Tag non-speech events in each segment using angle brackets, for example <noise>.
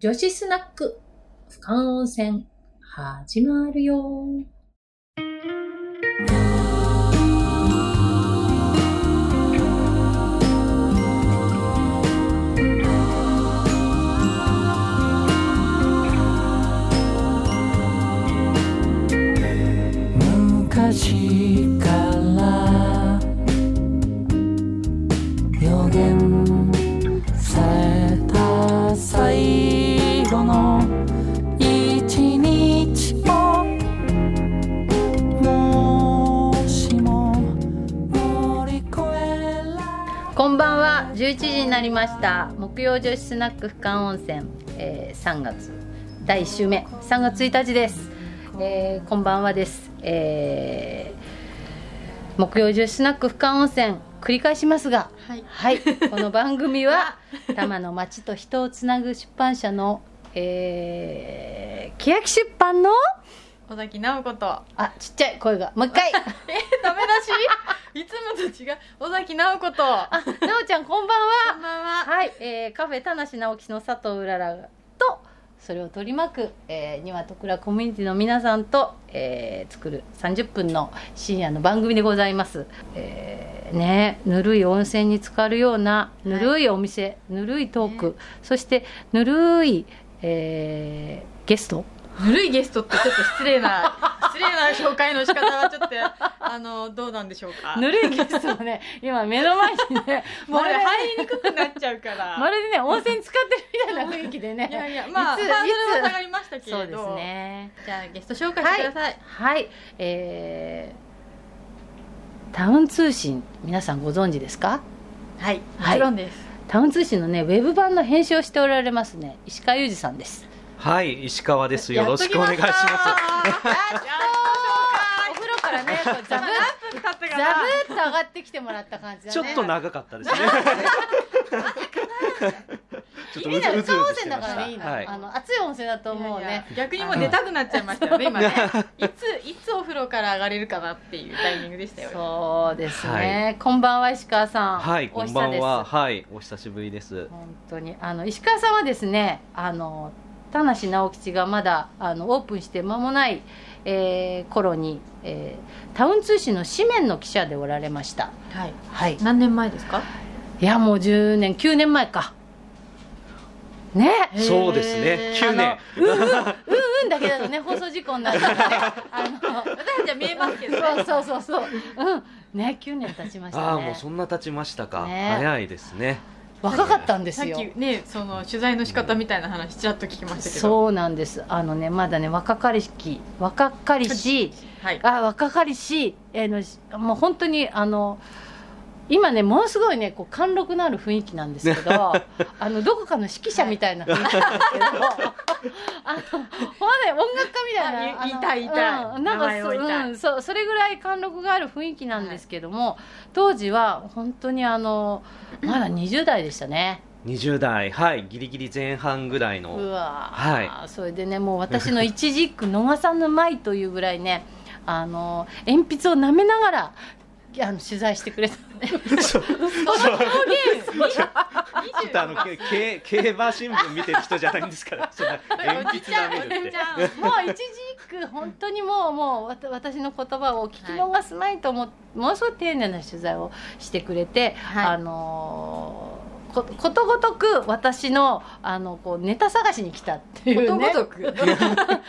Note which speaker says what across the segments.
Speaker 1: 女子スナック、不感温泉、始まるよ。
Speaker 2: 昔から予言された最後の一日をもしも乗り越えら
Speaker 1: こんばんは、11時になりました。木曜女子スナック、不感温泉、えー、3月、第1週目、3月1日です。えー、こんばんはです。えー、木曜女子スナック、不感温泉、繰り返しますが、
Speaker 3: はい、
Speaker 1: はい、この番組は多
Speaker 3: <laughs>
Speaker 1: 摩の町と人をつなぐ出版社の、えー、欅出版の
Speaker 3: 尾崎直子と
Speaker 1: あちっちゃい声がもう一回
Speaker 3: ダメ出しいつもと違う尾崎直子と
Speaker 1: あなおちゃんこんばん
Speaker 3: こ
Speaker 1: は
Speaker 3: んばんは
Speaker 1: はい、えー、カフェ田無直樹の佐藤うららとそれを取り巻く、えー、庭と倉コミュニティの皆さんと、えー、作る30分の深夜の番組でございます、えー、ねぬるい温泉に浸かるようなぬるいお店、ぬるいトーク、
Speaker 3: ね
Speaker 1: そしてぬるい、えー、ゲスト
Speaker 3: ぬるいゲストってちょっと失礼 <laughs> な失礼な紹介の仕方はちょっとあのどうなんでしょうか
Speaker 1: ぬるいゲストを
Speaker 3: <laughs>
Speaker 1: ね今目の前にね
Speaker 3: も
Speaker 1: ま
Speaker 3: う俺
Speaker 1: るで
Speaker 3: 入りにくくなっちゃうから、
Speaker 1: まるでね温泉使ってるみたいな雰囲気でね
Speaker 3: いやいやまあハ
Speaker 1: いつ
Speaker 3: ードルは下がりましたけ
Speaker 1: そう
Speaker 3: れ
Speaker 1: で
Speaker 3: ど
Speaker 1: すね
Speaker 3: じゃあゲスト紹介してください、
Speaker 1: はいえー、タウン通信皆さんご存知ですか
Speaker 3: はい、
Speaker 1: はい
Speaker 3: もちろんです
Speaker 1: タウン通信のねウェブ版の編集をしておられますね石川裕二さんです
Speaker 4: はい、石川です。
Speaker 3: や
Speaker 4: よ
Speaker 3: っと
Speaker 4: ろ
Speaker 3: き
Speaker 4: しくお願いしま
Speaker 3: やっ
Speaker 4: す。
Speaker 3: と
Speaker 1: お風呂から <laughs> ねこうザブ
Speaker 3: 紹介まあ何分経
Speaker 1: ザ
Speaker 3: ったかな
Speaker 1: ブーッと上がってきてもらった感じだね
Speaker 4: ちょっと長かったですね。 <laughs> ちょっとうずうず
Speaker 1: 温
Speaker 4: う
Speaker 1: 泉
Speaker 4: ずして
Speaker 1: だ
Speaker 4: ま
Speaker 1: か
Speaker 4: した。
Speaker 1: らねいいの,、
Speaker 4: はい。
Speaker 1: あの熱い温泉だと思うね
Speaker 3: いやいや逆にもう出たくなっちゃいましたよね今 <laughs> ねいついつお風呂から上がれるかなっていうタイミングでしたよ
Speaker 1: そうですね、こんばんは石川さん
Speaker 4: はい、こんば
Speaker 1: お
Speaker 4: ん
Speaker 1: 久
Speaker 4: は。
Speaker 1: です
Speaker 4: はい、お久しぶりです。
Speaker 1: 本当にあの石川さんはですねあの田無直吉がまだあのオープンして間もない、えー頃に、えータウン通信の紙面の記者でおられました
Speaker 3: はい
Speaker 1: はいい
Speaker 3: 何年前ですか
Speaker 1: やもう10年9年前かね
Speaker 3: へー
Speaker 4: そうですね。
Speaker 1: あ
Speaker 4: 9
Speaker 1: の
Speaker 4: 年。
Speaker 1: うんうんうんうんだけだ
Speaker 4: <laughs>
Speaker 1: とね放送事故になるからねあの
Speaker 3: 私たちは見えますけどね
Speaker 1: そうそうそうそううんね9年経ちましたね
Speaker 4: ああ、もうそんな経ちましたか。
Speaker 1: ね
Speaker 4: 早いですね。
Speaker 1: 若かったんです
Speaker 3: さっ
Speaker 1: よ
Speaker 3: きねその取材の仕方みたいな話ちらっと聞きましたけど
Speaker 1: そうなんですあのねまだね若かりしき若かりし
Speaker 3: はい
Speaker 1: あ若かりし、えーのしもう本当にあの今ねものすごいねこう貫禄のある雰囲気なんですけ
Speaker 3: <laughs>
Speaker 1: どあのどこかの指揮者みたいな雰囲気なんですけどあのほんまね音楽家みたいな
Speaker 3: あい
Speaker 1: あの
Speaker 3: 痛い痛い
Speaker 1: うん、なん
Speaker 3: 名前
Speaker 1: か
Speaker 3: を
Speaker 1: そ,、
Speaker 3: 痛い
Speaker 1: うん、そうそれぐらい貫禄がある雰囲気なんですけども、当時は本当にあのまだ20代でしたね
Speaker 4: 20代、はい、ギリギリ前半ぐらいうの。
Speaker 1: わ
Speaker 4: は
Speaker 1: それでねもう私の一軸逃さぬまいというぐらいねあの鉛筆を舐めながらあの取材してくれた
Speaker 4: そうちょっとあの、けけ競馬新聞見てる人じゃないんですから。そんな鉛筆舐めるって。
Speaker 1: もう一軸本当にもうもうわた私の言葉を聞き逃すまいと思って、ものすごい丁寧な取材をしてくれて、
Speaker 3: はい
Speaker 1: あのーこことごとく私のあのこうネタ探しに来たっていうね
Speaker 3: ことごと
Speaker 1: <laughs>
Speaker 3: く表
Speaker 1: なんかないっすか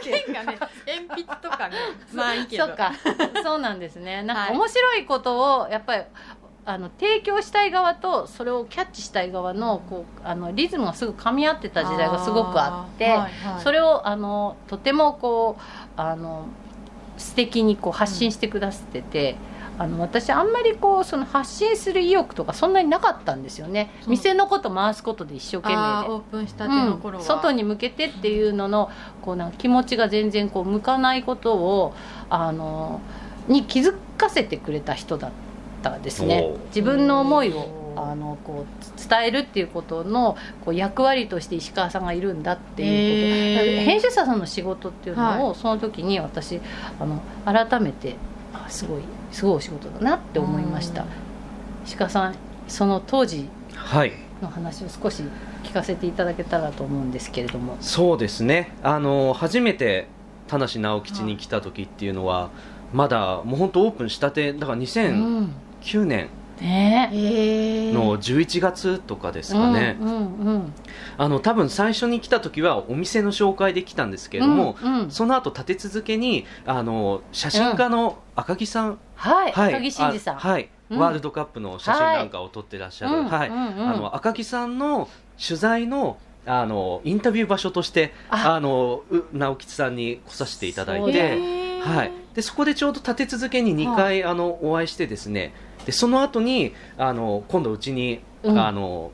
Speaker 1: っていう
Speaker 3: 現がね鉛筆とかねまあいいけど
Speaker 1: そう
Speaker 3: <laughs>
Speaker 1: かそうなんですねなんか
Speaker 3: はい
Speaker 1: 面白いことをやっぱりあの提供したい側とそれをキャッチしたい側のこうあのリズムがすぐ噛み合ってた時代がすごくあって
Speaker 3: ーはいはい
Speaker 1: それをあのとてもこうあの素敵にこう発信してくださってて。あの私あんまりこうその発信する意欲とかそんなになかったんですよね
Speaker 3: そう
Speaker 1: 店のこと回すことで一生懸命
Speaker 3: あ
Speaker 1: で
Speaker 3: ーオープンしたての頃
Speaker 1: う
Speaker 3: は
Speaker 1: ん、外に向けてっていうののこうなんか気持ちが全然こう向かないことをあのに気づかせてくれた人だったですね
Speaker 4: おう
Speaker 1: 自分の思いを
Speaker 3: おう
Speaker 1: あのこう伝えるっていうことのこう役割として石川さんがいるんだっていうこと、
Speaker 3: へー
Speaker 1: 編集者さんの仕事っていうのを、その時に私あの改めてあすごいすごいお仕事だなって思いました
Speaker 3: うん
Speaker 1: 石川さんその当時
Speaker 4: はい。
Speaker 1: の話を少し聞聞かせていただけたらと思うんですけれども
Speaker 4: そうですねあの初めて田無直吉に来た時っていうのはまだもう本当オープンしたてだから2009
Speaker 1: ん
Speaker 4: 年
Speaker 3: ね
Speaker 1: え
Speaker 4: の11月とかですかね、
Speaker 1: うんうんうん
Speaker 4: あの多分最初に来た時はお店の紹介で来たんですけれども、
Speaker 1: うんうん
Speaker 4: その後立て続けにあの写真家の赤木さん、
Speaker 1: はい、
Speaker 4: はい
Speaker 1: 赤木真二さん
Speaker 4: あはい
Speaker 1: うん
Speaker 4: ワールドカップの写真なんかを撮ってらっしゃる、
Speaker 1: うん
Speaker 4: はい
Speaker 1: うんうん
Speaker 4: あの赤木さんの取材のあのインタビュー場所として
Speaker 1: あ
Speaker 4: あのう直吉さんに来させていた
Speaker 1: そ
Speaker 4: だいう
Speaker 1: だ
Speaker 4: て
Speaker 1: へ。
Speaker 4: はい、でそこでちょうど立て続けに2回、あのお会いしてですねでその後にあの今度うちに、
Speaker 1: うん
Speaker 4: あの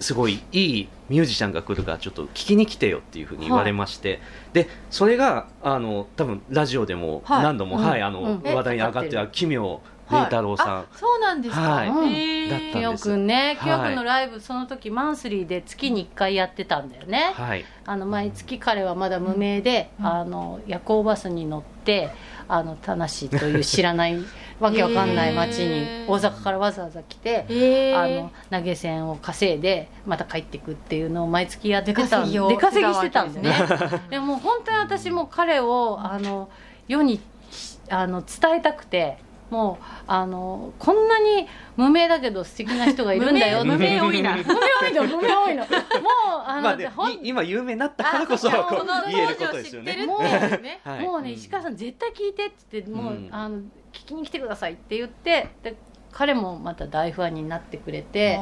Speaker 4: すごいいいミュージシャンが来るからちょっと聞きに来てよっていうふうに言われまして、でそれがあの多分ラジオでも
Speaker 3: はい
Speaker 4: 何度も、
Speaker 1: うん
Speaker 4: はいあの
Speaker 1: うん
Speaker 4: 話題に上がって
Speaker 1: え
Speaker 4: は奇妙麗太郎さん、
Speaker 3: そうなんですか。
Speaker 4: はい
Speaker 3: へー
Speaker 4: だった
Speaker 1: き
Speaker 4: ん
Speaker 1: よ
Speaker 4: です
Speaker 1: くんね、
Speaker 4: はい
Speaker 1: きよくんのライブ、その時マンスリーで月に1回やってたんだよね、
Speaker 4: はい
Speaker 1: あの毎月彼はまだ無名で、
Speaker 3: うん
Speaker 1: あの夜行バスに乗って、あの田無という知らない
Speaker 4: <laughs>
Speaker 1: わけわかんない町に
Speaker 3: へー、
Speaker 1: 大阪からわざわざ来て、
Speaker 3: へ
Speaker 1: あ
Speaker 3: ー
Speaker 1: の投げ銭を稼いで、また帰ってくっていうのを毎月やってたん
Speaker 3: 稼ぎを
Speaker 1: 出稼ぎしてたんだよね。
Speaker 3: で
Speaker 1: で
Speaker 3: も
Speaker 1: も本当に私も彼をあの世にあの伝えたくてもうあのこんなに無名だけど素敵な人がいるんだよ <laughs>
Speaker 3: 無
Speaker 1: 無名
Speaker 3: 名多い
Speaker 4: <laughs>
Speaker 3: な。
Speaker 1: 多いの無名多いのもうあの、
Speaker 4: まあね
Speaker 1: ほん
Speaker 4: い今有名になったからこそ
Speaker 1: あそう
Speaker 4: こ
Speaker 1: そう
Speaker 4: う
Speaker 1: その
Speaker 4: 言えることですよね。
Speaker 1: もう
Speaker 3: ね
Speaker 4: はい
Speaker 1: もうね石川さん絶対聞いてって言ってもう、
Speaker 4: うん
Speaker 1: あの聞きに来てくださいって言ってで彼もまた大ファンになってくれて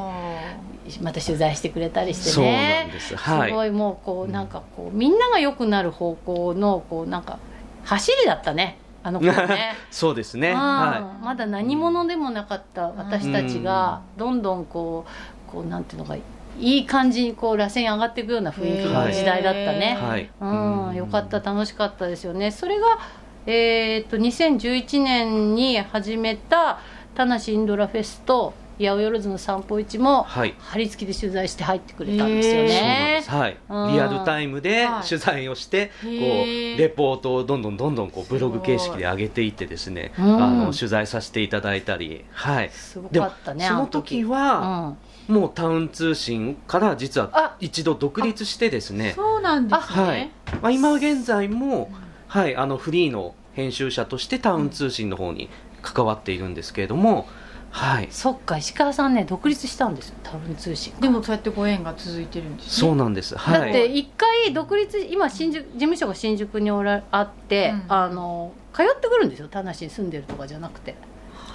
Speaker 1: また取材してくれたりしてね
Speaker 4: そうなんです、はい
Speaker 1: すごいもうこ
Speaker 4: う
Speaker 1: うんなんかこうみんなが良くなる方向のこうなんか走りだったねあの子ね
Speaker 4: そうです <laughs> ね、は
Speaker 1: ああまだ何者でもなかった私たちがどんどんこうこうなんていうのかいい感じにこう螺旋上がっていくような雰囲気の時代だった
Speaker 4: い、
Speaker 1: ね、
Speaker 4: はい、
Speaker 1: うん、よかった楽しかったですよねそれが、えー、と2011年に始めた田無インドラフェスと八百万の散歩市も
Speaker 4: はい、
Speaker 1: 張り付きで取材して入ってくれたんですよ
Speaker 3: へー
Speaker 4: そうなん
Speaker 1: ね
Speaker 4: です、。はい
Speaker 1: うん
Speaker 4: リアルタイムで
Speaker 3: はい
Speaker 4: 取材をして、
Speaker 3: へー
Speaker 4: こうレポートをどんどんどんどんこうブログ形式で上げていってですね
Speaker 1: すごい
Speaker 4: あ
Speaker 1: うん
Speaker 4: の取材させていただいたり、はい、
Speaker 1: すご
Speaker 4: で
Speaker 1: か
Speaker 4: も
Speaker 1: った
Speaker 4: そ
Speaker 1: ね
Speaker 4: の時
Speaker 1: あ
Speaker 4: は、
Speaker 1: の
Speaker 4: もうタウン通信から実
Speaker 1: あ
Speaker 4: は一度独立してですね
Speaker 3: そうなんです
Speaker 4: は
Speaker 3: ね
Speaker 4: い。まあ、今現在も、はい、あのフリーの編集者としてタウン通信の方に関わっているんですけれども、はい
Speaker 1: うん、そっか石川さんね独立したんですよタウン通信
Speaker 3: でもそうやってご縁が続いてるんです
Speaker 4: そうなんです、
Speaker 1: だっ
Speaker 4: はい、
Speaker 1: て一回独立今新宿事務所が新宿におらあって、
Speaker 3: うん
Speaker 1: あの通ってくるんですよ田無に住んでるとかじゃなくて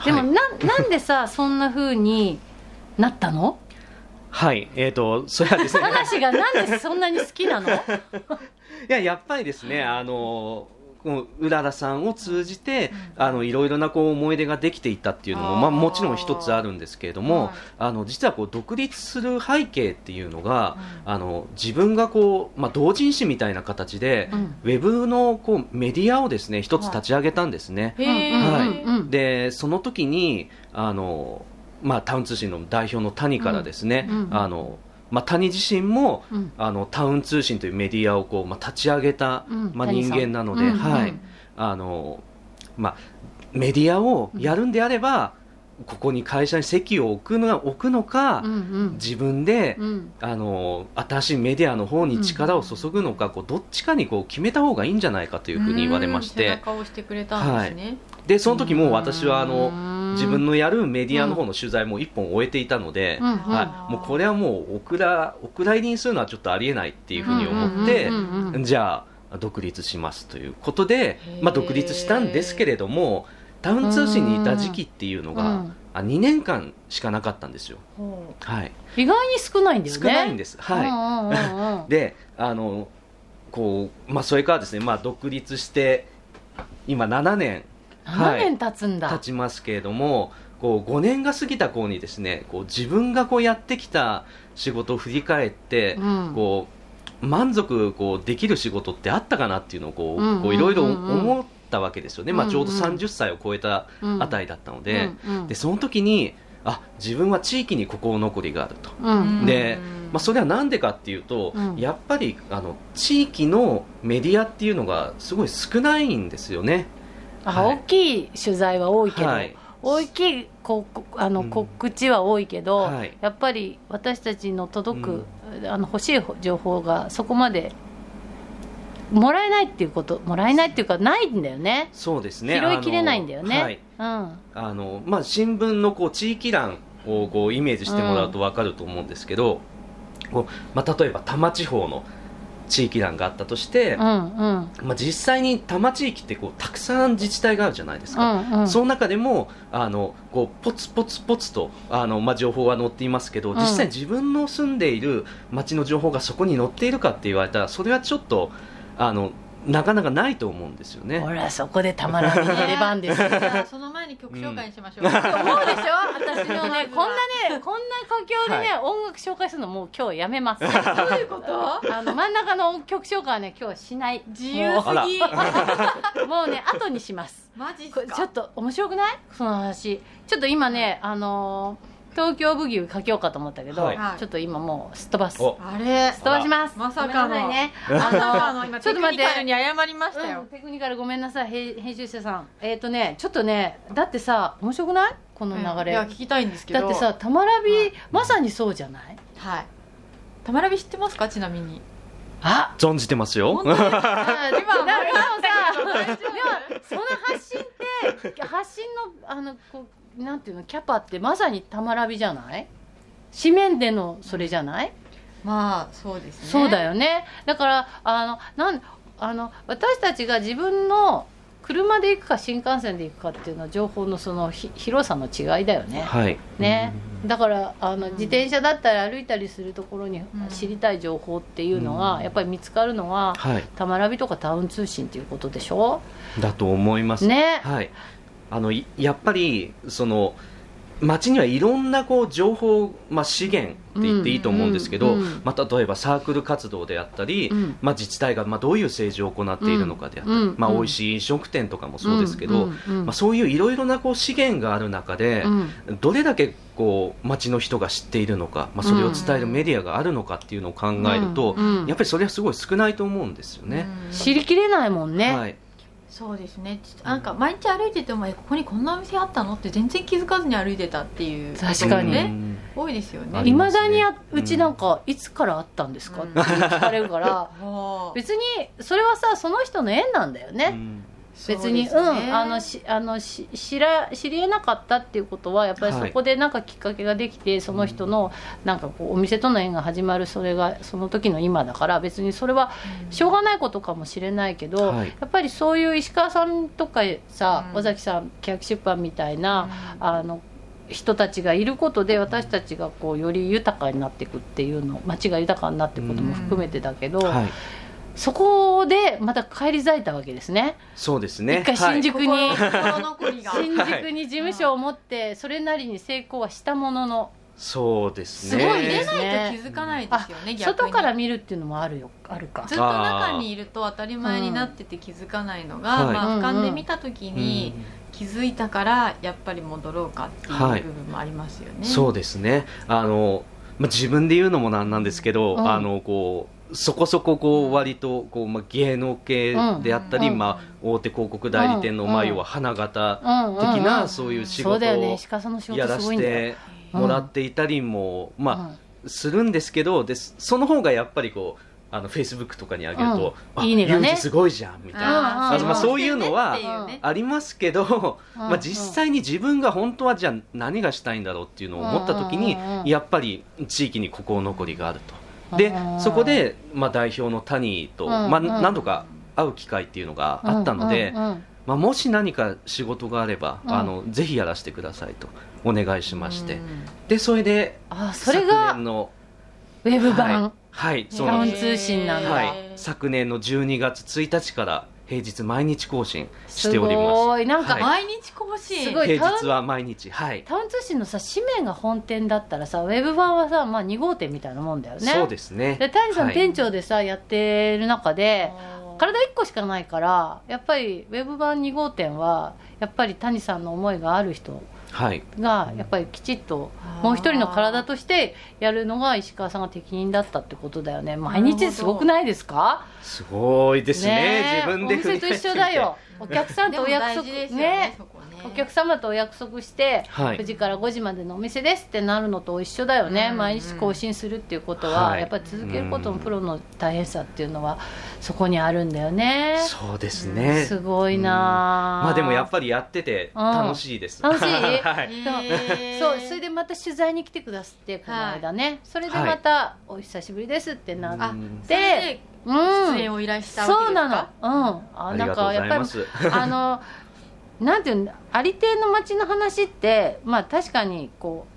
Speaker 1: でも
Speaker 4: はい
Speaker 1: ななんでさそんな風になったの
Speaker 4: はい、えっ、とそれはですね
Speaker 1: <laughs> 田無がなんでそんなに好き
Speaker 4: <laughs>
Speaker 1: なの
Speaker 4: いややっぱりですね、あのこううららさんを通じて、あのいろいろなこう思い出ができていったっていうのも
Speaker 3: あー
Speaker 4: まあ、もちろん一つあるんですけれども、
Speaker 3: はい
Speaker 4: あの実はこう独立する背景っていうのが、
Speaker 3: うん
Speaker 4: あの自分がこう、まあ、同人誌みたいな形で、
Speaker 1: うん
Speaker 4: ウェブのこうメディアをですね一つ立ち上げたんですね。
Speaker 3: へー
Speaker 4: はい
Speaker 1: うんうん
Speaker 4: でその時にあの、まあ、タウン通信の代表の谷からですね、
Speaker 1: うんうん
Speaker 4: あのまあ、谷自身も
Speaker 1: うん
Speaker 4: あのタウン通信というメディアをこう、まあ、立ち上げた、
Speaker 1: うん
Speaker 4: まあ、
Speaker 1: 谷
Speaker 4: 人
Speaker 1: さん
Speaker 4: 間なので、
Speaker 1: うんうん
Speaker 4: はいあのまあ、メディアをやるんであれば、ここに会社に席を置くの置くのか、
Speaker 1: うんうん
Speaker 4: 自分で、
Speaker 1: うん
Speaker 4: あの新しいメディアの方に力を注ぐのか、こうどっちかにこう決めた方がいいんじゃないかというふうに言われまし
Speaker 3: うん背
Speaker 4: て、
Speaker 3: 中を押してくれたんですね。
Speaker 4: でその時もう私はあの、自分
Speaker 1: の、
Speaker 4: のやるメディアの方の取材も一本終えていたので、
Speaker 1: うんうん
Speaker 4: はい、もうこれはもうお蔵お蔵入りにするのはちょっとありえないっていうふうに思って、
Speaker 1: うんうんうんうん
Speaker 4: じゃあ独立しますということ
Speaker 3: へ
Speaker 4: で
Speaker 3: ー、
Speaker 4: まあ、独立したんですけれどもタウン通信にいた時期っていうのが、
Speaker 1: うん
Speaker 4: あ2年間しかなかったんですよ、
Speaker 3: ほう
Speaker 4: はい、
Speaker 1: 意外に少ないんだよ
Speaker 4: 少
Speaker 1: ね
Speaker 4: ないん
Speaker 1: で
Speaker 4: です、はい、であのこう、まあ、それからですね、まあ、独立して今7年
Speaker 1: 7年経つんだ、
Speaker 4: 経ちますけれどもこう5年が過ぎた頃にですねこう自分がこうやってきた仕事を振り返って、
Speaker 1: うん
Speaker 4: こう満足こうできる仕事ってあったかなっていうのをこう
Speaker 1: うん
Speaker 4: こういろいろ
Speaker 1: うんうんうん
Speaker 4: 思ったわけですよね、まあ、ちょうど
Speaker 1: うんうん
Speaker 4: 30歳を超えた
Speaker 1: うん
Speaker 4: あたりだったので,、
Speaker 1: うんうん
Speaker 4: でその時にあ自分は地域に心残りがあると。
Speaker 1: うん
Speaker 4: で
Speaker 3: うん
Speaker 4: まあ、それはなんでかっていうと、
Speaker 1: うん
Speaker 4: やっぱりあの地域のメディアっていうのがすごい少ないんですよね。
Speaker 1: あ
Speaker 4: はい
Speaker 1: 大きい取材は多いけど、
Speaker 4: はい
Speaker 1: 大きいこうこあの
Speaker 4: うん
Speaker 1: 告知は多いけど、
Speaker 4: はい
Speaker 1: やっぱり私たちの届く、
Speaker 4: うん
Speaker 1: あの欲しい情報がそこまでもらえないっていうこともらえないっていうかないんだよね
Speaker 4: そうですね
Speaker 1: 拾いきれないんだよ
Speaker 4: あのはい
Speaker 1: ね、うん
Speaker 4: あのまあ、新聞のこう地域欄をこうイメージしてもらうと分かると思うんですけど、こうまあ、例えば多摩地方の地域欄があったとして、
Speaker 1: うんうん
Speaker 4: まあ、実際に多摩地域ってこうたくさん自治体があるじゃないです
Speaker 1: う
Speaker 4: か、
Speaker 1: んうん
Speaker 4: その中でもあのこうポツポツポツとあの、まあ、情報は載っていますけど
Speaker 1: ん
Speaker 4: 実際自分の住んでいる町の情報がそこに載っているかって言われたらそれはちょっとあのなかなかないと思うんですよね。
Speaker 1: ほらそこでたまらない出番ですよ
Speaker 3: じゃあその前に曲紹介しましょう。
Speaker 1: 思うでしょ私のねこんなねこんな環境でね、音楽紹介するのもう今日やめ
Speaker 3: <laughs>
Speaker 1: ますどういうことあの真ん中の曲紹介はね今日はしない
Speaker 3: 自由
Speaker 4: あら
Speaker 3: すぎ。
Speaker 1: もうね後にします
Speaker 3: マジっす
Speaker 1: これ
Speaker 3: か。
Speaker 1: ちょっと面白くないその話ちょっと今ねあのー東京ブギウギ書きようかと思ったけど、
Speaker 4: はい
Speaker 1: ちょっと今もうすっ飛ばすすっ
Speaker 4: お
Speaker 3: あれ。
Speaker 1: 飛ばします
Speaker 3: まさかの
Speaker 1: ごめんなさいね
Speaker 3: あのあ
Speaker 1: あ
Speaker 3: の
Speaker 1: の
Speaker 3: 今
Speaker 1: ちょっと待っ
Speaker 3: テクニカル
Speaker 1: て
Speaker 3: に謝りました
Speaker 1: うん
Speaker 3: よ。
Speaker 1: テクニカルごめんなさいへい編集者さんえっ、とねちょっとねだってさ面白くないこの流
Speaker 3: うんい
Speaker 1: れ、
Speaker 3: や聞きたいんですけど。
Speaker 1: だってさたまらび、
Speaker 3: はい
Speaker 1: まさにそうじゃない
Speaker 3: はい。たまらび知ってますかちなみに。
Speaker 1: あ
Speaker 4: 存じてますよ。
Speaker 1: あでも
Speaker 3: 今
Speaker 1: でもさ
Speaker 3: 大丈夫
Speaker 1: でもその発信って発信のあのこうなんていうのキャパってまさにたまらびじゃない紙面でのそれじゃない、
Speaker 3: まあそうですね。
Speaker 1: そうだ
Speaker 3: よ。
Speaker 1: よねだからあのなんあの私たちが自分の車で行くか新幹線で行くかっていうのは情報のそのひ広さの違いだよね、
Speaker 4: <laughs> はい。
Speaker 1: ね
Speaker 4: うん
Speaker 1: だからあの
Speaker 3: うん
Speaker 1: 自転車だったり歩いたりするところに
Speaker 3: ん
Speaker 1: 知りたい情報っていうのが、
Speaker 4: うん
Speaker 1: やっぱり見つかるのは
Speaker 4: はい。
Speaker 1: たまらびとかタウン通信っていうことでしょ
Speaker 4: だと思います。
Speaker 1: ね
Speaker 4: はい。あのいやっぱりその町にはいろんなこう情報まあ資源って言っていいと思うんですけど、
Speaker 1: うんうん
Speaker 4: まあ例えばサークル活動であったり、
Speaker 1: うん
Speaker 4: まあ自治体がまあどういう政治を行っているのかであったり、
Speaker 1: うんうん
Speaker 4: まあ美味しい飲食店とかもそうですけど、
Speaker 1: んうん
Speaker 4: まあそういういろいろなこう資源がある中で。
Speaker 1: うん
Speaker 4: どれだけこう町の人が知っているのか、まあ、それを伝えるメディアがあるのかっていうのを考えると、
Speaker 1: うんうん
Speaker 4: やっぱりそれはすごい少ないと思うんですよね。
Speaker 3: うん
Speaker 1: 知りきれないもんね、
Speaker 4: はい、
Speaker 3: そうですねちょっとなんか毎日歩いててもえここにこんなお店あったのって全然気づかずに歩いてたっていう
Speaker 1: 確かに
Speaker 4: う
Speaker 3: ね
Speaker 4: ん
Speaker 3: 多いですよ
Speaker 4: あ
Speaker 1: い
Speaker 4: り
Speaker 3: ね
Speaker 1: まだに
Speaker 4: あり
Speaker 1: あ
Speaker 4: ます
Speaker 1: う
Speaker 4: ね
Speaker 1: ちなんか、いつからあったんですか、
Speaker 3: うん
Speaker 1: って聞かれる
Speaker 4: <laughs>
Speaker 1: から
Speaker 3: もう
Speaker 1: 別にそれはさその人の縁なんだよね、
Speaker 4: うん
Speaker 1: 別にう,、
Speaker 3: そうですね
Speaker 1: んあのしあのし知ら知りえなかったっていうことはやっぱりそこでなんかきっかけができて、その人のなんかこうお店との縁が始まるそれがその時の今だから別にそれはしょうがないことかもしれないけど、
Speaker 4: はい
Speaker 1: やっぱりそういう石川さんとかさ、
Speaker 3: うん
Speaker 1: 尾崎さん木役出版みたいな、あの人たちがいることで私たちがこうより豊かになっていくっていうの街が豊かになっていくことも含めてだけど、
Speaker 4: はい、
Speaker 1: そこでまた返り咲いたわけですね。
Speaker 4: そうですね。
Speaker 1: 一回新宿に
Speaker 3: はい心心残りが
Speaker 1: 新宿に事務所を持ってそれなりに成功はしたものの
Speaker 4: はい、そうです
Speaker 3: す
Speaker 4: ね。
Speaker 3: ごい
Speaker 1: ね
Speaker 3: 出ないと気づかないですよね、逆に
Speaker 1: 外から見るっていうのもあるよあるか
Speaker 3: ずっと中にいると当たり前になってて気づかないのが、
Speaker 4: うん
Speaker 3: ま
Speaker 1: は
Speaker 3: あ、
Speaker 1: い
Speaker 3: 俯瞰で見た時に気づいたからやっぱり戻ろうかっていう部分もありますよね、
Speaker 4: うんそうですね。あの、まあ、自分で言うのもなんなんですけど、
Speaker 1: うん
Speaker 4: あのこうそこそここう割とこうまあ芸能系であったり、
Speaker 1: うん
Speaker 4: まあ大手広告代理店のまあ
Speaker 1: うん
Speaker 4: 要は花形
Speaker 1: 的な、うん
Speaker 4: 的
Speaker 1: うんう
Speaker 4: なんそういう仕
Speaker 1: そ
Speaker 4: 事
Speaker 1: うだよね
Speaker 4: を
Speaker 1: 石川さんの仕
Speaker 4: や
Speaker 1: 事
Speaker 4: ら
Speaker 1: す
Speaker 4: せ
Speaker 1: ごいんだよ
Speaker 4: てもらっていたりもまあ
Speaker 1: うん
Speaker 4: するんですけどでその方がやっぱりこうあのフェイスブックとかに上げると
Speaker 1: う
Speaker 4: 「
Speaker 1: ん
Speaker 4: あ
Speaker 1: いいねがね
Speaker 4: ユージすごいじゃん」みたいな
Speaker 1: あー
Speaker 3: ー
Speaker 1: まあ
Speaker 4: そういうのは
Speaker 3: そうですねっていうね
Speaker 4: ありますけど、
Speaker 1: うん
Speaker 4: まあ、実際に自分が本当はじゃあ何がしたいんだろうっていうのを思った時に
Speaker 1: うんうんうんうん
Speaker 4: やっぱり地域に心残りがあると。で
Speaker 1: うん
Speaker 4: そこで、まあ、代表の谷と、
Speaker 1: うん
Speaker 4: まあ、
Speaker 1: うん
Speaker 4: 何度か会う機会っていうのがあったので、
Speaker 1: うんうんうん
Speaker 4: まあ、もし何か仕事があれば、
Speaker 1: うん
Speaker 4: あのぜひやらせてくださいとお願いしまして、
Speaker 3: うん
Speaker 4: でそれで
Speaker 1: あそれが
Speaker 4: 昨年の
Speaker 1: ウェブ版、
Speaker 4: はい、はい、そう
Speaker 1: タ
Speaker 4: な
Speaker 1: ウ
Speaker 4: ん
Speaker 1: ン
Speaker 4: です、
Speaker 1: 通信なんだ、
Speaker 4: は
Speaker 3: へ
Speaker 4: い、
Speaker 3: ー
Speaker 4: 昨年の12月1日から平日毎日更新し
Speaker 1: す
Speaker 4: ております
Speaker 1: ごいなんか、
Speaker 4: は
Speaker 3: 毎
Speaker 4: い
Speaker 3: 日更新
Speaker 1: すごい
Speaker 4: 平日は毎日はい、
Speaker 1: タウン通信のさ紙面が本店だったらさウェブ版はさ、まあ、2号店みたいなもんだよね
Speaker 4: そうですね
Speaker 1: で谷さん、
Speaker 4: はい
Speaker 1: 店長でさやってる中で、
Speaker 3: あー
Speaker 1: 体1個しかないからやっぱりウェブ版2号店はやっぱり谷さんの思いがある人
Speaker 4: はい
Speaker 1: がやっぱりきちっともう一人の体としてやるのが石川さんが適任だったってことだよね毎日すごくないですか
Speaker 4: すごいですね
Speaker 1: ねえ
Speaker 4: 自分で
Speaker 1: お店と一緒だよお客さん
Speaker 3: で
Speaker 1: と
Speaker 3: も
Speaker 1: お約
Speaker 3: 大
Speaker 1: 束
Speaker 3: 事ですよね
Speaker 1: ね
Speaker 3: そこね
Speaker 1: お客様とお約束して、
Speaker 4: はい
Speaker 1: 9時から5時までのお店ですってなるのと一緒だよね、
Speaker 3: うん
Speaker 1: 毎日更新するっていうことは、
Speaker 4: はい
Speaker 1: やっぱり続けることのプロの大変さっていうのはそこにあるんだよね、
Speaker 4: そうですね、
Speaker 1: すごいなあ、
Speaker 4: まあでもやっぱりやってて楽しいです、
Speaker 1: うん楽しい
Speaker 4: <laughs> はい、
Speaker 3: へー
Speaker 1: そうそれでまた取材に来てくださってこの間ね、それでまた、お久しぶりですってなって、
Speaker 3: あ
Speaker 1: で
Speaker 3: それで
Speaker 1: うん
Speaker 3: 出演を依頼したわ
Speaker 1: そう
Speaker 3: けです
Speaker 1: な
Speaker 3: か
Speaker 1: のうんあ
Speaker 4: ありが
Speaker 1: なん
Speaker 4: とうご
Speaker 1: かやっ
Speaker 4: ざい
Speaker 1: ぱ
Speaker 4: ま
Speaker 1: り
Speaker 4: す。
Speaker 1: <laughs> あのなんていうんだありていの町の話ってまあ確かにこ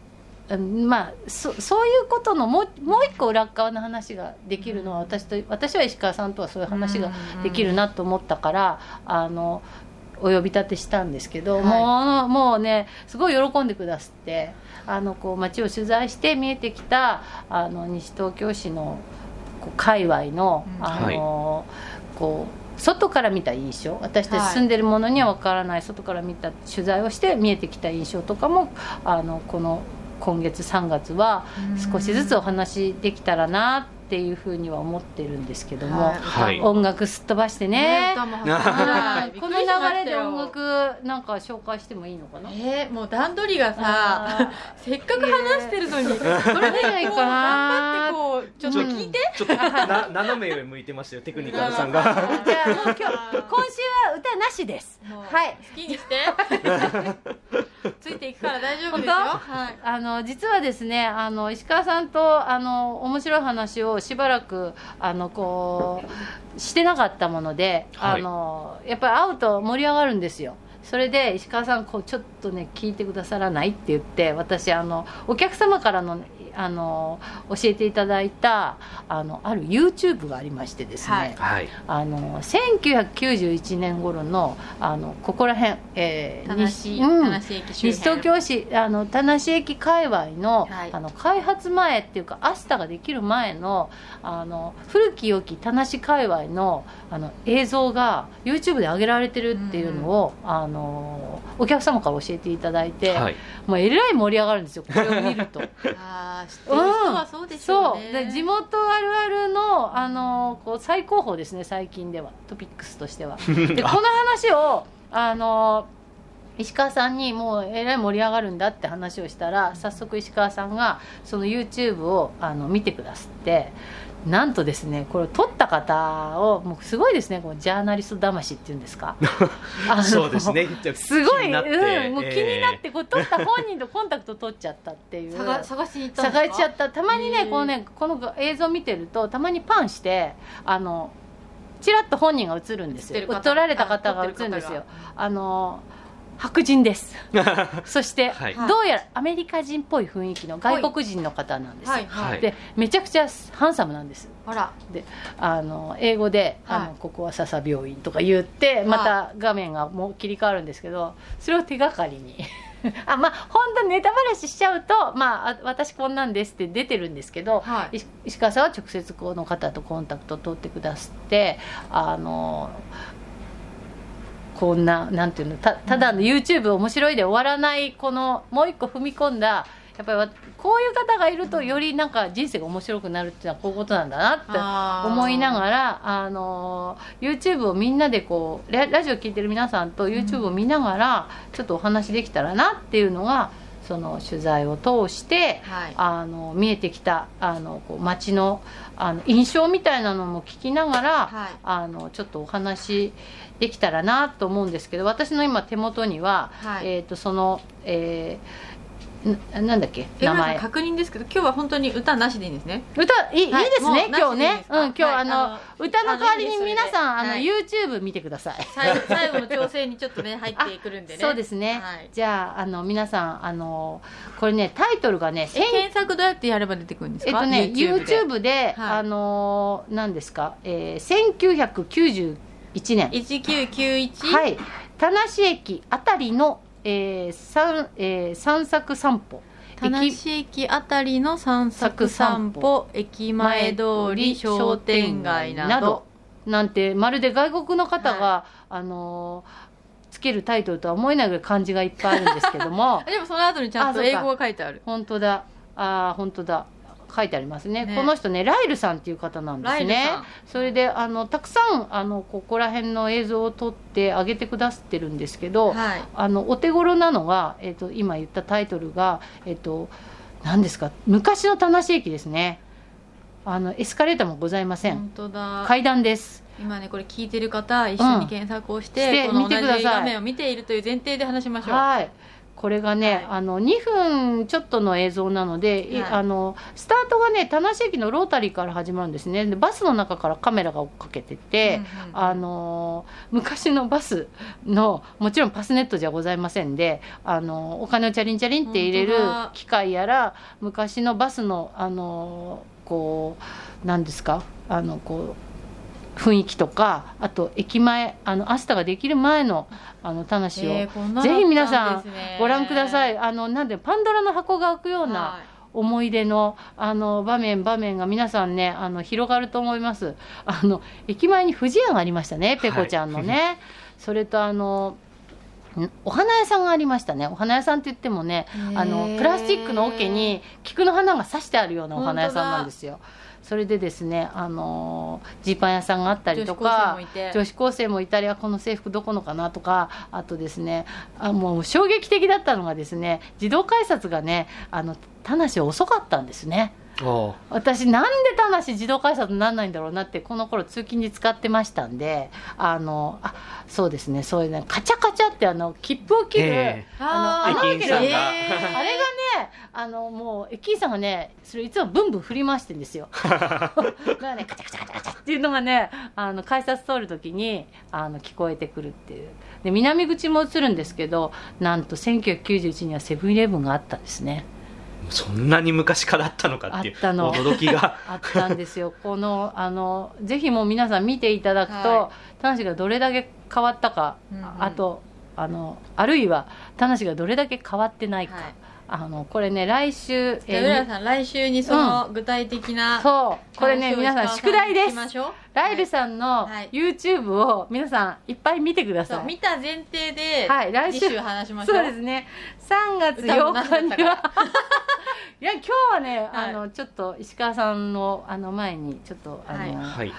Speaker 1: う、うん、まあそそういうことのもうもう一個裏っ側の話ができるのは私と私は石川さんとはそういう話ができるなと思ったから、あのお呼び立てしたんですけど、
Speaker 3: はい
Speaker 1: もうもうねすごい喜んでくださってあのこう街を取材して見えてきたあの西東京市のこう界隈の
Speaker 3: うん
Speaker 1: あの、こう外から見た印象私た
Speaker 3: はい
Speaker 1: ち住んでるものには分からない、外から見た取材をして見えてきた印象とかもあのこの今月3月は少しずつお話できたらなっていうふうには思ってるんですけども。
Speaker 4: はい
Speaker 1: 音楽すっ飛ばしてね
Speaker 3: ね歌も
Speaker 4: ね
Speaker 3: 挟んだ
Speaker 1: はい
Speaker 3: びっ
Speaker 1: こ
Speaker 3: く
Speaker 1: の
Speaker 3: りしました
Speaker 1: 流れで
Speaker 3: よ
Speaker 1: 音楽なんか紹介してもいいのかな
Speaker 3: えーもう段取りがさ
Speaker 1: あ
Speaker 3: せっかく話してるのにそれで
Speaker 1: ない
Speaker 3: こ
Speaker 1: か
Speaker 3: う頑
Speaker 1: な
Speaker 3: 張ってこうちょっと聞いて
Speaker 4: ちょっとな斜め上向いてましたよテクニカルさんが。
Speaker 1: ーじゃあもう今日今週は歌なしです
Speaker 3: もう
Speaker 1: はい
Speaker 3: 好きにしてついていくから大丈夫ですよ
Speaker 1: 本
Speaker 3: はい
Speaker 1: あの実はですねあの石川さんとあの面白い話をしばらくあのこうしてなかったもので、
Speaker 4: はい
Speaker 1: あのやっぱり会うと盛り上がるんですよそれで石川さんこうちょっとね聞いてくださらないって言って私あのお客様からのあの教えていただいたあのある YouTube がありましてですね、
Speaker 3: はい
Speaker 4: はい。
Speaker 1: あの1991年頃のあのここら辺、えー
Speaker 3: 田無市
Speaker 1: 西うん
Speaker 3: 田無市駅周辺
Speaker 1: 西東京市あの田無駅界隈の,、
Speaker 3: はい
Speaker 1: あの開発前っていうかアスタができる前のあの古き良き田無界隈のあの映像が YouTube で上げられてるっていうのを、あのお客様から教えていただいて、
Speaker 4: はい。
Speaker 1: もうえらい盛り上がるんですよこれを見ると。
Speaker 3: あー知ってる人はそうでしょう
Speaker 1: そう
Speaker 3: ね
Speaker 1: で地元あるあるの、あのこう最高峰ですね最近ではトピックスと
Speaker 4: <laughs>
Speaker 1: してはでこの話をあの石川さんにもうえらい盛り上がるんだって話をしたら早速石川さんがその YouTube をあの見てくださってなんとですねこれを撮った方をもうすごいですねこうジャーナリスト魂っていうんです
Speaker 4: <laughs>
Speaker 1: かあの
Speaker 4: そうですね。じゃあ
Speaker 1: すご
Speaker 4: 気
Speaker 1: い、
Speaker 4: になって
Speaker 1: うん、もう気になっ
Speaker 4: え
Speaker 1: てこう撮った本人とコンタクト取っちゃったっていう
Speaker 3: 探探しに行ったんですか
Speaker 1: 探しちゃったたまに
Speaker 3: へ
Speaker 1: ね
Speaker 3: ー
Speaker 1: このねこの映像見てるとたまにパンしてあのちらっと本人が映るんです
Speaker 3: 映って
Speaker 1: よ
Speaker 3: る方
Speaker 1: 映られた方が映るんですよあの白人ですそ <laughs> して、
Speaker 4: はい
Speaker 1: どうやらアメリカ人っぽい雰囲気の外国人の方なんですよ、
Speaker 3: はいは
Speaker 4: はいい
Speaker 1: でめちゃくちゃハンサムなんです
Speaker 3: ほら
Speaker 1: あの英語で、
Speaker 3: はい
Speaker 1: あの「ここは笹病院」とか言ってまた画面がもう切り替わるんですけどそれを手がかりに <laughs> あまあ本当にネタバレしちゃうと「まああ私こんなんです」って出てるんですけど、
Speaker 3: はい
Speaker 1: 石石川さんは直接この方とコンタクトを取ってくださってあのこんななんていうのたただの YouTube 面白いで終わらないこのもう一個踏み込んだやっぱりわこういう方がいるとよりなんか人生が面白くなるっていうのはこういうことなんだなって思いなが
Speaker 3: ら
Speaker 1: らあの YouTube をみんなでこうララジオ聞いてる皆さんと YouTube を見ながらちょっとお話できたらなっていうのがその取材を通して
Speaker 3: はい
Speaker 1: あの見えてきたあのこう街のあの印象みたいなのも聞きながら、
Speaker 3: はい
Speaker 1: あのちょっとお話できたらなと思うんですけど私の今手元には、
Speaker 3: はい
Speaker 1: えー、とその、えーななんだっけ
Speaker 3: 江
Speaker 1: 名
Speaker 3: 村さん
Speaker 1: 前
Speaker 3: 確認ですけど今日は本当に歌なしでいいんですね
Speaker 1: 歌いいいい
Speaker 3: はい
Speaker 1: です
Speaker 3: も
Speaker 1: ね
Speaker 3: うなし
Speaker 1: 今日
Speaker 3: でいいで
Speaker 1: ね
Speaker 3: す、
Speaker 1: うん
Speaker 3: か、
Speaker 1: 今日
Speaker 3: はい
Speaker 1: あの
Speaker 3: あの
Speaker 1: 歌の代わりに
Speaker 3: あのいいです
Speaker 1: 皆さんあの
Speaker 3: はい
Speaker 1: YouTube 見てください。
Speaker 3: 最後最 <laughs> 後の調整にちょっとね入ってくるんでね
Speaker 1: そうですね、
Speaker 3: はい
Speaker 1: じゃああの皆さんあのこれねタイトルがね
Speaker 3: え検索どうやってやれば出てくるんです
Speaker 1: えっ
Speaker 3: か
Speaker 1: とね YouTube で
Speaker 3: ではい
Speaker 1: あのー何ですか、えー、1991年
Speaker 3: 1991
Speaker 1: はい田無駅あたりの、えー散えー散策散歩
Speaker 3: 田無駅あたりの散策散歩駅前通り商店街など
Speaker 1: なんてまるで外国の方が、あのーつけるタイトルとは思えないぐらい漢字がいっ
Speaker 3: <laughs>
Speaker 1: ぱいあるんですけども
Speaker 3: あでもその後にちゃん
Speaker 1: あそ
Speaker 3: と
Speaker 1: うか
Speaker 3: 英語が書いてある
Speaker 1: 本当だあー本当だ書いてありますね
Speaker 3: ね
Speaker 1: この人ねライルさんっていう方なんで
Speaker 3: ラ
Speaker 1: す
Speaker 3: イル
Speaker 1: ね
Speaker 3: さん、
Speaker 1: それであのたくさんあのここら辺の映像を撮って上げてくださってるんですけど、
Speaker 3: はい
Speaker 1: あのお手頃なのが、えっと今言ったタイトルが、えっと何ですか昔の田無駅ですねあのエスカレーターもございません、
Speaker 3: 本当だ
Speaker 1: 階段です
Speaker 3: 今ねこれ聞いてる方一緒に検索をして,、
Speaker 1: うんして
Speaker 3: この
Speaker 1: 見て
Speaker 3: 同
Speaker 1: ください
Speaker 3: じ画面を見ているという前提で話しましょう
Speaker 1: はいこれがね、
Speaker 3: はい
Speaker 1: あの2分ちょっとの映像なので、い
Speaker 3: はい
Speaker 1: あのスタートがね田無駅のロータリーから始まるんですねでバスの中からカメラが追っかけてて、
Speaker 3: うんうん
Speaker 1: あのー昔のバスのもちろんパスネットじゃございませんで、あのーお金をチャリンチャリンって入れる
Speaker 3: 本当だ
Speaker 1: 機械やら昔のバスの、あのーこう何ですかあのこう雰囲気とかあと駅前あのアスタができる前のあの田無を、
Speaker 3: えーこんな
Speaker 1: ぜひ皆
Speaker 3: だ
Speaker 1: さ
Speaker 3: った
Speaker 1: ん
Speaker 3: ですね
Speaker 1: ご覧ください。あのなんでパンドラの箱が開くような、
Speaker 3: はい
Speaker 1: 思い出のあの場面場面が皆さんねあの広がると思いますあの駅前に不二家がありましたねペコちゃんのね、
Speaker 3: <laughs>
Speaker 1: それとあのんお花屋さんがありましたねお花屋さんって言ってもねあ
Speaker 3: へ
Speaker 1: の
Speaker 3: ー
Speaker 1: プラスチックの桶に菊の花が刺してあるようなお花屋さんなんですよそれでですねあのジーパン屋さんがあったりとか
Speaker 3: 女子高生もいて
Speaker 1: 女子高生もいたりあこの制服どこのかなとかあとですねあもう衝撃的だったのがですね自動改札がねあの田無遅かったんですね
Speaker 4: あ
Speaker 1: 私なんで田無自動改札にならないんだろうなってこの頃通勤に使ってましたんであのあそうですねそういうねカチャカチャってあの切符を切る
Speaker 4: え
Speaker 1: あの
Speaker 3: ー
Speaker 1: 穴開ける
Speaker 4: 駅員さん
Speaker 1: あ
Speaker 4: が
Speaker 1: れが
Speaker 3: え
Speaker 1: ねあのもう駅員さんがねそれいつもブンブン振り回してんです
Speaker 3: <laughs>
Speaker 1: よだからねカチャカチャカチャカチャっていうのがねあの改札通る時にあの聞こえてくるっていうで南口も映るんですけどなんと1991にはセブンイレブンがあったんです
Speaker 3: <laughs>
Speaker 1: ね
Speaker 4: そんなに昔からあったのかっていう
Speaker 1: あったの
Speaker 4: 驚きが
Speaker 1: あったんですよこのあのぜひもう皆さん見ていただくと、
Speaker 3: は
Speaker 1: 田無がどれだけ変わったか、
Speaker 3: うんうん
Speaker 1: あとあのあるいは田無がどれだけ変わってないか、
Speaker 3: はい
Speaker 1: あのこれね来週、
Speaker 3: じゃあ
Speaker 1: ー
Speaker 3: 浦さん来週にその具体的な、
Speaker 1: そうこれね皆さん宿題ですライル
Speaker 3: さ
Speaker 1: さんの
Speaker 3: はい
Speaker 1: YouTube を皆さんいっぱい見てくだ
Speaker 3: ん、そ
Speaker 1: さ
Speaker 3: う
Speaker 1: い
Speaker 3: 見た前提で、
Speaker 1: はい来週
Speaker 3: 次週話しましょう
Speaker 1: そうですね3月
Speaker 3: 歌も何
Speaker 1: 8
Speaker 3: だっ
Speaker 1: 日
Speaker 3: た
Speaker 1: に
Speaker 3: か
Speaker 1: は <laughs> いや今日はね、
Speaker 3: はい
Speaker 1: あのちょっと石川さんのあの前にちょっとあの、
Speaker 4: はい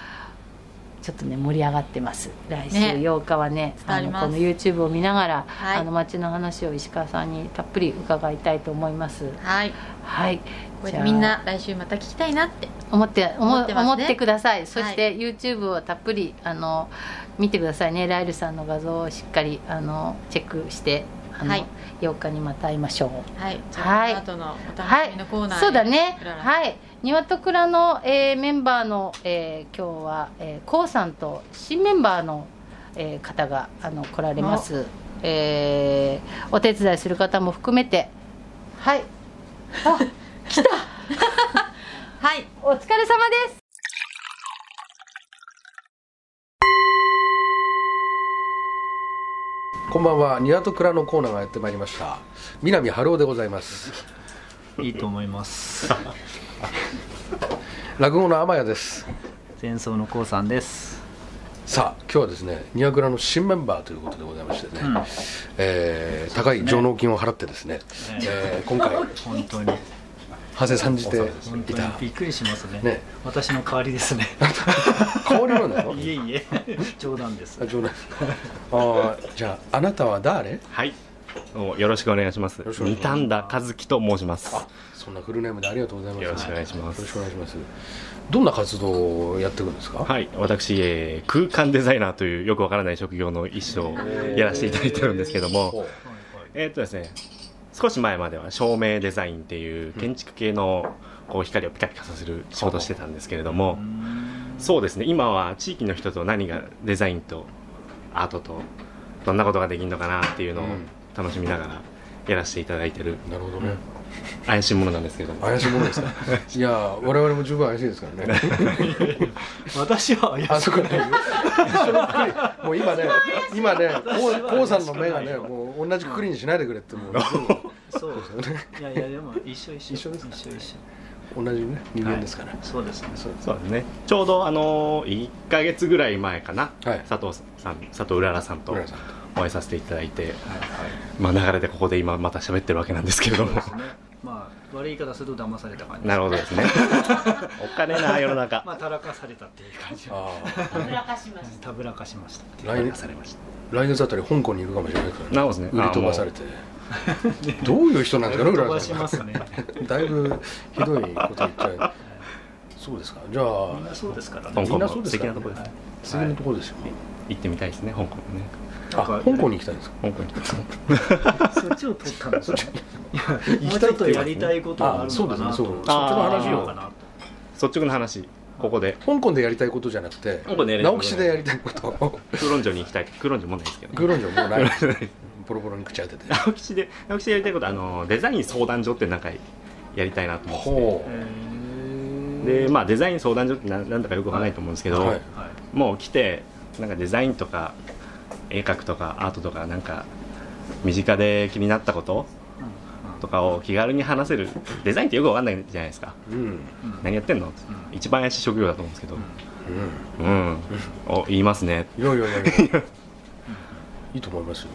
Speaker 1: ちょっとね盛り上がってます来週
Speaker 3: ね
Speaker 1: 8日はねあ
Speaker 3: 伝わり
Speaker 1: の
Speaker 3: ます
Speaker 1: この YouTube を見ながら、
Speaker 3: はい
Speaker 1: あの街の話を石川さんにたっぷり伺いたいと思います
Speaker 3: はい
Speaker 1: はい
Speaker 3: これでみんな来週また聞きたいなって
Speaker 1: 思って思
Speaker 3: 思
Speaker 1: っ,、
Speaker 3: っててますね
Speaker 1: 思ってくださいそして YouTube をたっぷりあの見てくださいねライルさんの画像をしっかりあのチェックしてあの、
Speaker 3: はい
Speaker 1: 8日にまた会いましょう
Speaker 3: はいじ
Speaker 1: は
Speaker 3: ゃ
Speaker 1: い
Speaker 3: あこの後のお
Speaker 1: は
Speaker 3: 楽し
Speaker 1: い
Speaker 3: みのコーナーに、
Speaker 1: そうだね
Speaker 3: うらら
Speaker 1: はいニワトクラの、えーメンバーの、えー今日は、えー、コウさんと新メンバーの、えー方があの来られますえーお手伝いする方も含めてはい
Speaker 3: はい
Speaker 1: お疲れ様です
Speaker 5: こんばんは、ニワトクラのコーナーがやってまいりました。南春夫でございます。
Speaker 6: いいと思います。
Speaker 5: <laughs> 落語の天谷です。
Speaker 6: 前奏のこうさんです。
Speaker 5: さあ、今日はですね、ニワクラの新メンバーということでございましてね。
Speaker 6: うん
Speaker 5: えー高い上納金を払ってですね、えー今回、
Speaker 6: 本当に。
Speaker 5: 長谷さんじて
Speaker 6: 本
Speaker 5: い
Speaker 6: 当に
Speaker 5: た。
Speaker 6: びっくりしますね。
Speaker 5: ね
Speaker 6: 私の代わりですね。
Speaker 5: 変わりなんだよ。
Speaker 6: いえいえ、冗談です
Speaker 5: あ、。冗談。あーじゃあ、あなたは誰。
Speaker 7: はい。どうもよろしくお願いします。
Speaker 5: ろしくお願い
Speaker 7: 三
Speaker 5: します
Speaker 7: 反田和樹と申します。
Speaker 5: あ、そんなフルネームでありがとうございます。
Speaker 7: よろしくお願いします
Speaker 5: よろしくお願いします。どんな活動をやっていくんですか。
Speaker 7: はい、私、えー空間デザイナーというよくわからない職業の一生をやらせていただいてるんですけども、
Speaker 5: ほう
Speaker 7: えーっとですね、少し前までは照明デザインっていう建築系のこう光をピカピカさせる仕事をしてたんですけれども、そうですね、今は地域の人と何がデザインとアートとどんなことができるのかなっていうのを
Speaker 5: うん
Speaker 7: 楽しみながらやらせていただいてる
Speaker 5: なるほどね。
Speaker 7: 怪しいものなんですけども。
Speaker 5: 怪しいもの
Speaker 7: <laughs>
Speaker 5: ですか。いや、我々も十分怪しいですからね。
Speaker 6: 私は怪しい。
Speaker 5: あそこね。もう今ね、今ね、こう、こうさんの目がね、もう同じくくりにしないでくれって、もう。
Speaker 6: そうですね。いやいや、でも一緒一緒。
Speaker 5: 一緒ですか
Speaker 6: 一緒一緒。
Speaker 5: 同じね、人間ですから。
Speaker 6: そうですね。そう
Speaker 7: そうですね。ちょうどあのー、1ヶ月ぐらい前かな、
Speaker 5: はい
Speaker 7: 佐藤さん、佐藤うららさんと
Speaker 5: 浦さん
Speaker 7: お会いさせていただいて、まあ流れでここで今また喋ってるわけなんですけれども、
Speaker 6: ですね。まあ悪い言い方すると騙された感じ
Speaker 7: <laughs> なるほどですね <laughs> お金な世の中
Speaker 6: まあたらかされたっていう感じ
Speaker 1: ぶらかしました
Speaker 6: ぶらかしましたっていう
Speaker 5: 来年来月あたり香港にいるかもしれないから
Speaker 7: な
Speaker 5: ね
Speaker 7: るほどですね
Speaker 5: 売り飛ばされてどういう人なんですかね
Speaker 6: 飛
Speaker 5: 浦
Speaker 6: ば
Speaker 5: 井
Speaker 6: し
Speaker 5: さん
Speaker 6: ますね
Speaker 5: <laughs> だいぶひどいこと言っちゃうそうですかじゃあ
Speaker 6: みんなそうですから
Speaker 7: 香
Speaker 6: ね
Speaker 5: み
Speaker 7: 港
Speaker 5: ん
Speaker 7: も
Speaker 5: なそうで
Speaker 7: 素
Speaker 5: す
Speaker 7: 敵
Speaker 5: か
Speaker 7: なとこです、ね
Speaker 5: 次のところですよね
Speaker 7: 行ってみたいですね香港もね
Speaker 5: あ香港に行きたいんですか
Speaker 7: 香港に
Speaker 6: そっちを取ったんですね
Speaker 5: 行
Speaker 6: もう
Speaker 5: き
Speaker 6: ち
Speaker 5: たい
Speaker 6: ょ
Speaker 5: っ
Speaker 6: ってと
Speaker 5: いう
Speaker 6: やりたいことがあるのか
Speaker 5: あ
Speaker 6: な
Speaker 5: そ
Speaker 6: と
Speaker 5: うですねそう
Speaker 7: あー
Speaker 6: そっちの話をかな
Speaker 7: 率直な話ここで
Speaker 5: 香港でやりたいことじゃなくて
Speaker 7: 香港でやりたいこ
Speaker 5: 直
Speaker 7: と
Speaker 5: 吉でやりたいこと
Speaker 7: クロン城に行きたいクロン城もないですけ <laughs> ど、
Speaker 5: グロンジョもうない
Speaker 7: グロンジョ
Speaker 5: ボロボロに口当てて
Speaker 7: 青木市で青木市でやりたいことあのデザイン相談所ってなんかやりたいなと思って
Speaker 5: ほ
Speaker 6: とへー
Speaker 7: てでまあデザイン相談所ってななんだかよくわかんないと思うんですけ
Speaker 5: う
Speaker 7: ど、
Speaker 5: はい
Speaker 6: はい
Speaker 7: もう来てなんかデザインとか絵描くとかアートとかなんか身近で気になったこととかを気軽に話せるデザインってよくわかんないじゃないですか
Speaker 5: うんうん
Speaker 6: うんうん
Speaker 7: 何やってんの
Speaker 6: うん
Speaker 7: 一番怪しい職業だと思うんですけどうん、お言いますね
Speaker 5: いやいやいやいやいいと思いますよ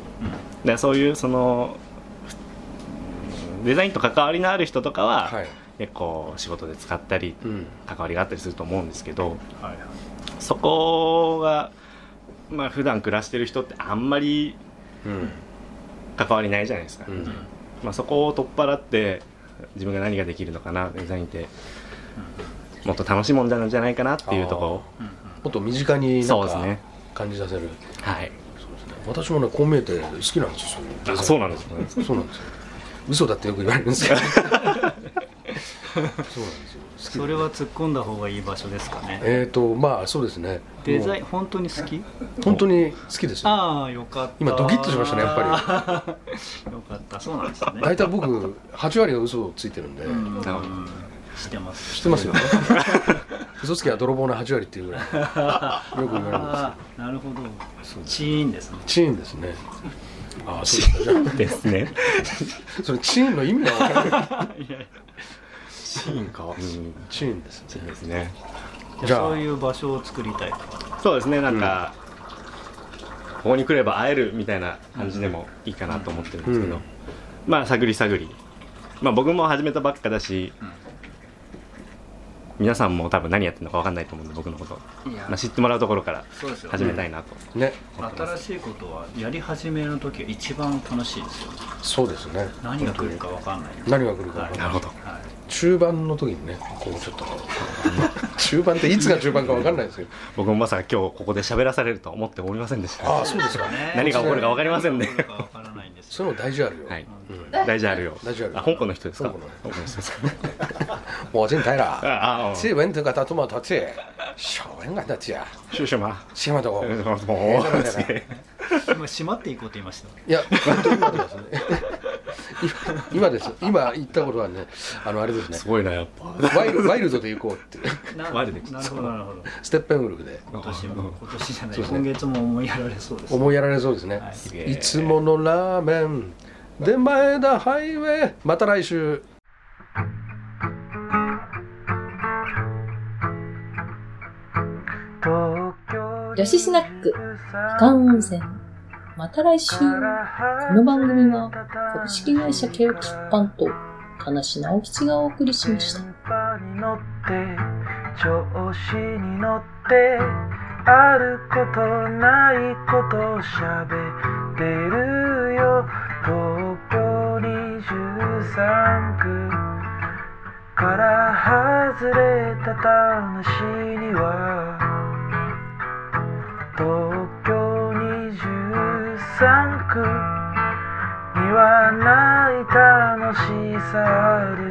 Speaker 7: でそういうそのデザインと関わりのある人とかは、
Speaker 5: はい
Speaker 7: 結構仕事で使ったり
Speaker 5: うん
Speaker 7: 関わりがあったりすると思うんですけど
Speaker 6: はいはい
Speaker 7: そこがまあ普段暮らしてる人ってあんまり
Speaker 5: うん
Speaker 7: 関わりないじゃないですか、
Speaker 5: うん
Speaker 7: まあ、そこを取っ払って自分が何ができるのかなデザインってもっと楽しいもんじゃじゃないかなっていうとこ
Speaker 6: うんうん
Speaker 5: もっと身近にな
Speaker 7: そ
Speaker 5: ん
Speaker 7: うです
Speaker 5: か
Speaker 7: ね
Speaker 5: 感じさせる
Speaker 7: はい
Speaker 5: そうですね私もねこう見えて好きなんですよ
Speaker 7: あそうなんですね
Speaker 5: そうなんですよ嘘だってよく言われるんですけ
Speaker 7: <laughs>
Speaker 5: どそうなんですよ好き
Speaker 6: それは突っ込んだ方がいい場所ですかね
Speaker 5: えーとまあそうですね
Speaker 6: デザイ
Speaker 5: ン
Speaker 6: ン本当に好き
Speaker 5: 本当に好きですよ
Speaker 6: ああよかった
Speaker 5: 今ドキッとしましたねやっ
Speaker 6: ぱり <laughs> よかったそうなんですね
Speaker 5: <laughs> 大体僕8割が嘘をついてるんで、
Speaker 6: うん
Speaker 7: なるほど
Speaker 6: してます
Speaker 5: 知って
Speaker 7: <laughs>
Speaker 5: ますよね嘘つきは泥棒の8割っていうぐらいよく言われるんですよ
Speaker 6: ああなるほどチーンです
Speaker 5: <laughs>
Speaker 6: ね
Speaker 5: チーンですねああそうですかじゃ
Speaker 7: ですね
Speaker 5: あそれチーンの意味が分からない
Speaker 7: シーンかうん
Speaker 5: チーンです
Speaker 7: そうですね
Speaker 5: じ
Speaker 6: じ
Speaker 5: ゃ
Speaker 6: ゃ
Speaker 5: あ
Speaker 6: あそういう場所を作りたいと
Speaker 7: そうですねなんか、ここに来れば会えるみたいな感じでもいいかなと思ってるんですけど、
Speaker 5: うん
Speaker 7: まあ探り探り、まあ、僕も始めたばっかだし、皆さんも多分何やってるのか分かんないと思うんで僕のこと、
Speaker 6: いや
Speaker 7: まあ、知ってもらうところから
Speaker 6: そうですよ
Speaker 7: 始めたいなと、
Speaker 5: ね
Speaker 6: 新しいことはやり始めの時が一番楽しいですよ
Speaker 5: そうですね
Speaker 6: 何が来るかわかんない
Speaker 5: 何が来るか分から
Speaker 7: な
Speaker 5: ない
Speaker 7: るほど
Speaker 6: は
Speaker 5: 中盤の時にねこうちょっと中盤っていつが中盤か分かんないですよ
Speaker 7: 僕もまさか今日ここで喋らされるとは思っておりませんでした
Speaker 5: ああそうですか
Speaker 6: いね
Speaker 7: 何が起こるかわかりませんね
Speaker 6: 何が起こるかわからないんです
Speaker 5: そういうの大事あるよ、
Speaker 7: <laughs> はい、
Speaker 5: うん
Speaker 7: 大事あるよ
Speaker 5: 大事あるよ
Speaker 7: 香港の人ですか
Speaker 5: 香港の
Speaker 7: 香港の人ですか
Speaker 5: 我正太啦，
Speaker 7: <laughs> ああ
Speaker 5: 这文的个大多么大这，小文俺たちや、
Speaker 7: シューシュマ
Speaker 5: 千万だこ。
Speaker 7: うんもう
Speaker 5: <laughs>
Speaker 7: <laughs>
Speaker 5: えー
Speaker 7: すげえ
Speaker 6: 今閉まっていこうと言いました
Speaker 5: いや、 <laughs> 本当に今ですね。今今です。今言ったことはね、あのあれ <laughs> ですね
Speaker 7: す。ごいなやっぱ
Speaker 5: ワイルワイルドで行こうって、
Speaker 6: な
Speaker 7: 我できた
Speaker 6: なるほどなるほど
Speaker 5: ステッペンウルフで
Speaker 6: 今年も今年じゃない、
Speaker 5: そうですね
Speaker 6: 今月も思いやられそうです
Speaker 5: 思いやられそうですね
Speaker 6: は。い
Speaker 7: すげえ
Speaker 5: いつものラーメン、出前だハイウェイ、また来週。
Speaker 8: 女子スナック、機関温泉、また来週。この番組は、株式会社ケオキッパンと、田無直吉がお送りしました。
Speaker 2: に乗って調子に乗ってあることないことを喋ってるよ東京23区から外れた話には東京23区にはない楽しさある